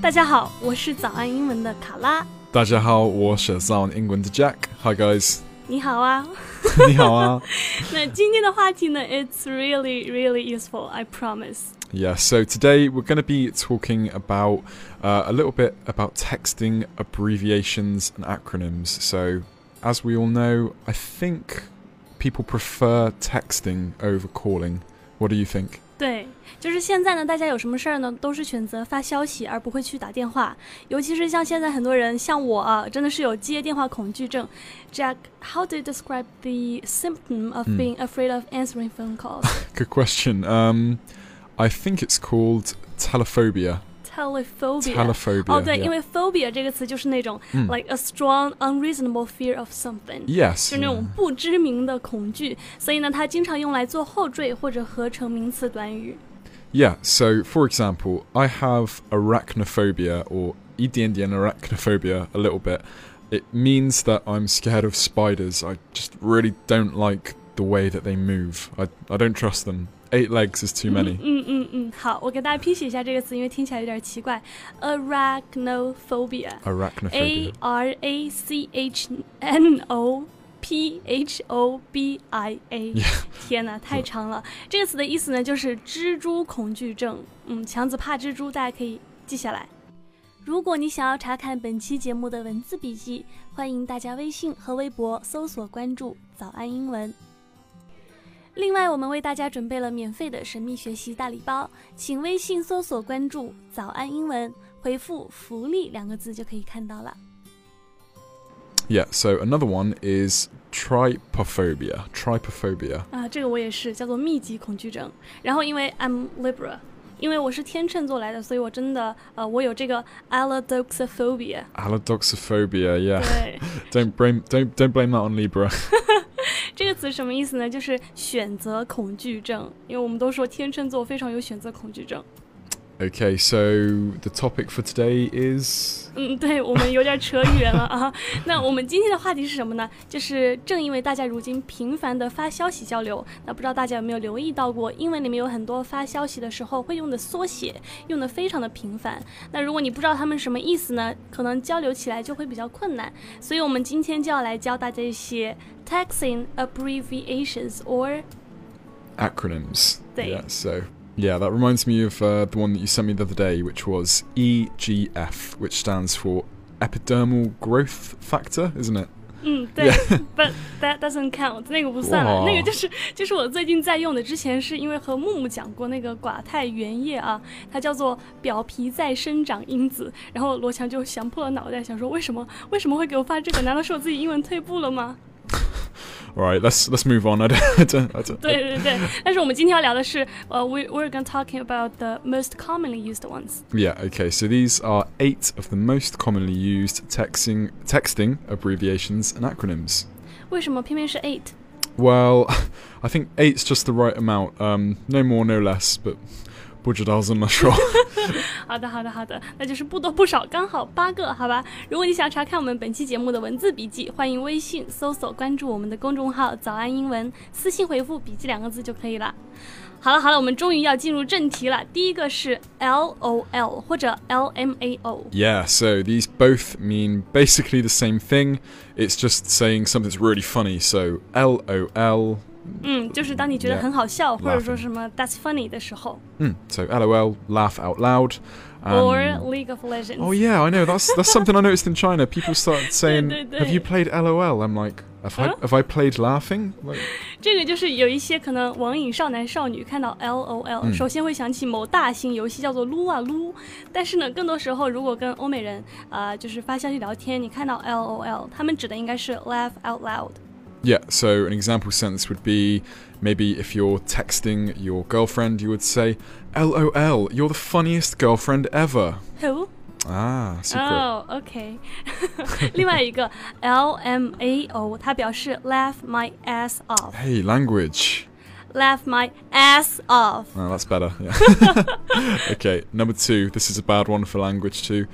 大家好，我是早安英文的卡拉。大家好，我是 Sound England Jack. Hi guys. 你好啊。你好啊。那今天的话题呢？It's really, really useful. I promise. Yeah, so today we're going to be talking about uh, a little bit about texting abbreviations and acronyms. So, as we all know, I think people prefer texting over calling. What do you think? 对，就是现在呢，大家有什么事儿呢，都是选择发消息，而不会去打电话。尤其是像现在很多人，像我啊，真的是有接电话恐惧症。Jack，how do you describe the symptom of Mm. being afraid of answering phone calls? Good question. Um, I think it's called telephobia. Telephobia. Telephobia. 哦，对， yeah. 因为 phobia 这个词就是那种 Mm. like a strong, unreasonable fear of something， yes. 就是那 yeah. 种不知名的恐惧，所以呢，它经常用来做后缀或者合成名词短语。 Yeah, so for example, I have arachnophobia or Indian arachnophobia a little bit. It means that I'm scared of spiders. I just really don't like the way that they move. I, I don't trust them. Eight legs is too 嗯 many. 嗯嗯嗯，好，我给大家拼写一下这个词，因为听起来有点奇怪，arachnophobia。A Arachnophobia. R A C H N O P H O B I A。天哪，太长了！这个词的意思呢，就是蜘蛛恐惧症。嗯，强子怕蜘蛛，大家可以记下来。如果你想要查看本期节目的文字笔记，欢迎大家微信和微博搜索关注“早安英文”。另外，我们为大家准备了免费的神秘学习大礼包，请微信搜索关注“早安英文”，回复“福利”两个字就可以看到了。 Yeah, so another one is trypophobia. Trypophobia. 啊，这个我也是，叫做密集恐惧症。然后因为 I'm Libra，因为我是天秤座来的，所以我真的呃，我有这个 allodoxophobia。 Allodoxophobia, yeah. 对， Don't blame don't don't blame that on Libra. 这个词什么意思呢？就是选择恐惧症，因为我们都说天秤座非常有选择恐惧症。 Okay, so the topic for today is 嗯，对，我们有点扯远了啊。 那我们今天的话题是什么呢？就是正因为大家如今频繁的发消息交流，那不知道大家有没有留意到过，英文里面有很多发消息的时候会用的缩写，用的非常的频繁。那如果你不知道他们什么意思呢，可能交流起来就会比较困难。所以我们今天就要来教大家一些 texting abbreviations or acronyms. Thing. Yeah, so yeah, that reminds me of uh, the one that you sent me the other day, which was EGF, which stands for epidermal growth factor, isn't it? 嗯，对 ，but that doesn't count，那个不算了，哇那个就是就是我最近在用的，之前是因为和木木讲过那个寡肽原液啊，它叫做表皮再生长因子，然后罗强就想破了脑袋，想说为什么为什么会给我发这个？难道是我自己英文退步了吗？ All right, let's let's move on. I don't, I don't, I don't, 对对对，但是我们今天要聊的是，呃、w e we're gonna talking about the most commonly used ones。 Yeah, okay. So these are eight of the most commonly used texting texting abbreviations and acronyms. 为什么偏偏是 eight？ Well, I think eight's just the right amount. Um, no more, no less. But budget doesn't matter. 好的，好的，好的，那就是不多不少，刚好八个，好吧。如果你想查看我们本期节目的文字笔记，欢迎微信搜索关注我们的公众号“早安英文”，私信回复“笔记”两个字就可以了。好了，好了，我们终于要进入正题了。第一个是 L O L 或者 L M A O。 Yeah, so these both mean basically the same thing. It's just saying something's really funny. So LOL. 嗯，就是当你觉得 Yeah，很好笑或者说 laughing 什么 “That's funny” 的时候 Mm, so LOL, laugh out loud. and- ，or League of Legends。 oh yeah, I know. That's that's something I noticed in China. People started saying, no, no. "Have you played LOL?" I'm like, "Have I Huh? have I played laughing?" Like, 这个就是有一些可能网瘾少男少女看到 L O L，、嗯首先会想起某大型游戏叫做撸啊撸。但是呢，更多时候如果跟欧美人啊、呃就是发消息聊天，你看到 L O L，他们指的应该是 laugh out loud。 yeah. So an example sentence would be maybe if you're texting your girlfriend, you would say, "LOL, you're the funniest girlfriend ever." Who? Ah, secret. Oh, OK 。 另外一个 L M A O，它表示 laugh my ass off，laugh Hey, language. my ass off。 Oh, that's better. Yeah. okay, number two. This is a bad one for language too.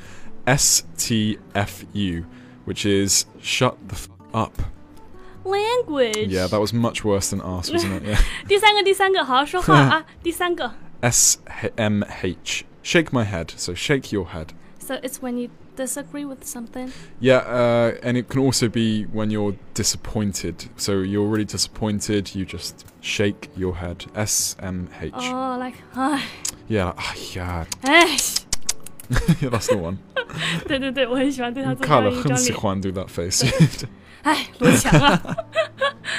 STFU, which is shut the f up. Language。 Yeah, that was much worse than arse, wasn't it? Yeah. 第三个，第三个，好好说话 啊！第三个 S M H. Shake my head. So shake your head. So it's when you disagree with something. Yeah, uh, and it can also be when you're disappointed. So you're really disappointed, you just shake your head. S M H. Oh, like, ah, Yeah, like, "Ah, yeah. 哎， Yeah, that's the one. 对对对，我很喜欢对他做这样一张脸。 Carla do that face. 哎，罗强啊，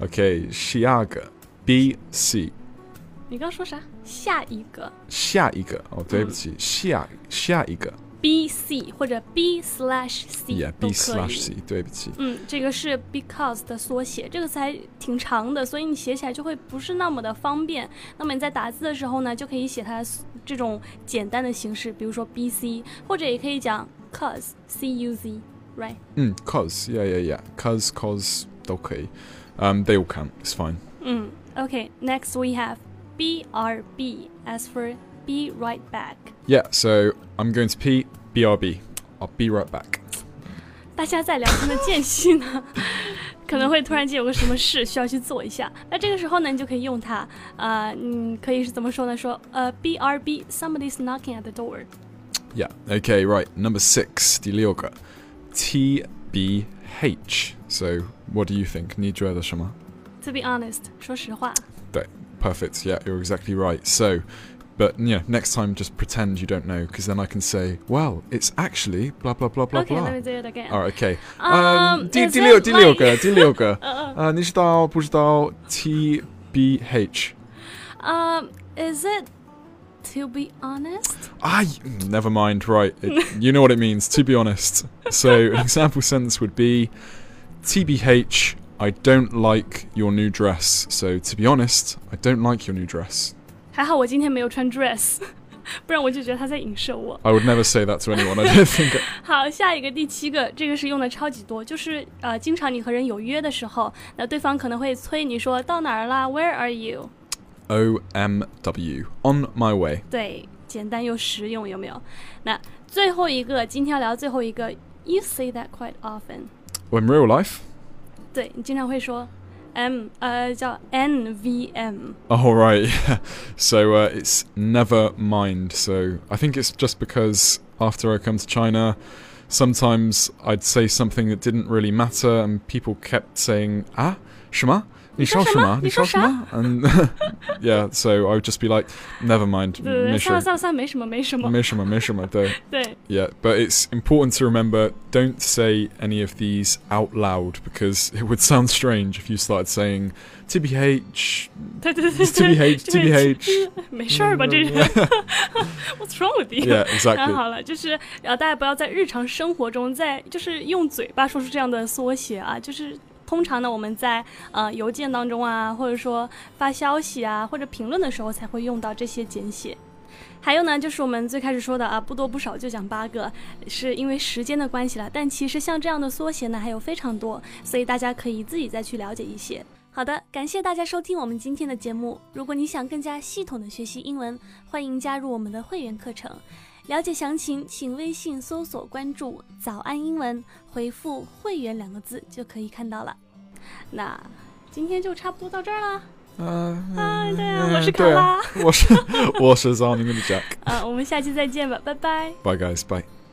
okay, Shiaga. B C. 你刚说啥？下一个下一个. Oh, 对不起.下-下一个. B C 或者 B slash C Yeah, 都 B 可 slash 以。 C. 对不起.嗯，这个是 because 的缩写，这个词还挺长的，所以你写起来就会不是那么的方便。那么你在打字的时候呢，就可以写它的这种简单的形式，比如说 B C，或者也可以讲 cause C U Z。Right， Mm, cause. Yeah, yeah, yeah. Cause, cause, 都可以. Um, they all count. It's fine. 嗯，OK，next、we have B R B as for be right back。 Yeah, so I'm going to pee. BRB. I'll be right back. 大家在聊天的间隙呢， 可能会突然间有个什么事需要去做一下，那这个时候呢，你就可以用它。呃，你可以是怎么说呢？说呃，B R B，somebody's knocking at the door。 Yeah. Okay, right. Number six. Dilioga. T B H. So what do you think? 你觉得什么? To be honest，说实话， Perfect. Yeah, you're exactly right. So, but yeah, next time just pretend you don't know, because then I can say, well, it's actually blah blah blah blah Okay, blah. let me do it again. All right. Okay. Um, D is D it 嗯六 D 六 like-。个 D 六个 呃呃，你知道不知道 T B H？呃，um, Is it to be honest？ I never mind. Right, it, you know what it means. To be honest, so an example sentence would be T B H. I don't like your new dress. So to be honest, I don't like your new dress. 还好我今天没有穿 dress，不 然我就觉得他在影射我。 I would never say that to anyone. I don't think. 好，下一个第七个，这个是用的超级多，就是呃，经常你和人有约的时候，那对方可能会催你说到哪儿啦，Where are you？ O M W. On my way. 对，简单又实用，有没有？那最后一个，今天要聊最后一个，You say that quite often， Well, in real life? 对你经常会说 M 呃叫 NVM， Oh, right. yeah. So uh, it's never mind. So I think it's just because after I come to China, sometimes I'd say something that didn't really matter, and people kept saying, ah, Shema? 你说什么？你说什么？你说啥？你说什么？And yeah, so I would just be like, never mind. 对对对，算了算 Mishima, 了算了，嗯没什么没什么， Mishima, Mishima, though. 对 Yeah, but it's important to remember don't say any of these out loud because it would sound strange if you started saying TBH, 对对 对对 TBH, TBH. 没事儿吧这人 ，What's wrong with you？Mm, Yeah, 当然 exactly. 好了，就是呃，大家不要在日常生活中，在就是用嘴巴说出这样的缩写啊，就是。通常呢，我们在呃邮件当中啊，或者说发消息啊，或者评论的时候才会用到这些简写。还有呢，就是我们最开始说的啊，不多不少就讲八个，是因为时间的关系了。但其实像这样的缩写呢，还有非常多，所以大家可以自己再去了解一些。好的，感谢大家收听我们今天的节目。如果你想更加系统的学习英文，欢迎加入我们的会员课程。了解详情，请微信搜索关注“早安英文”，回复“会员”两个字就可以看到了。那今天就差不多到这儿了。Uh, 啊，对啊，我是卡拉。 我是我是 Zani Mini Jack. 呃，我们下期再见吧，拜拜。 Bye guys, bye.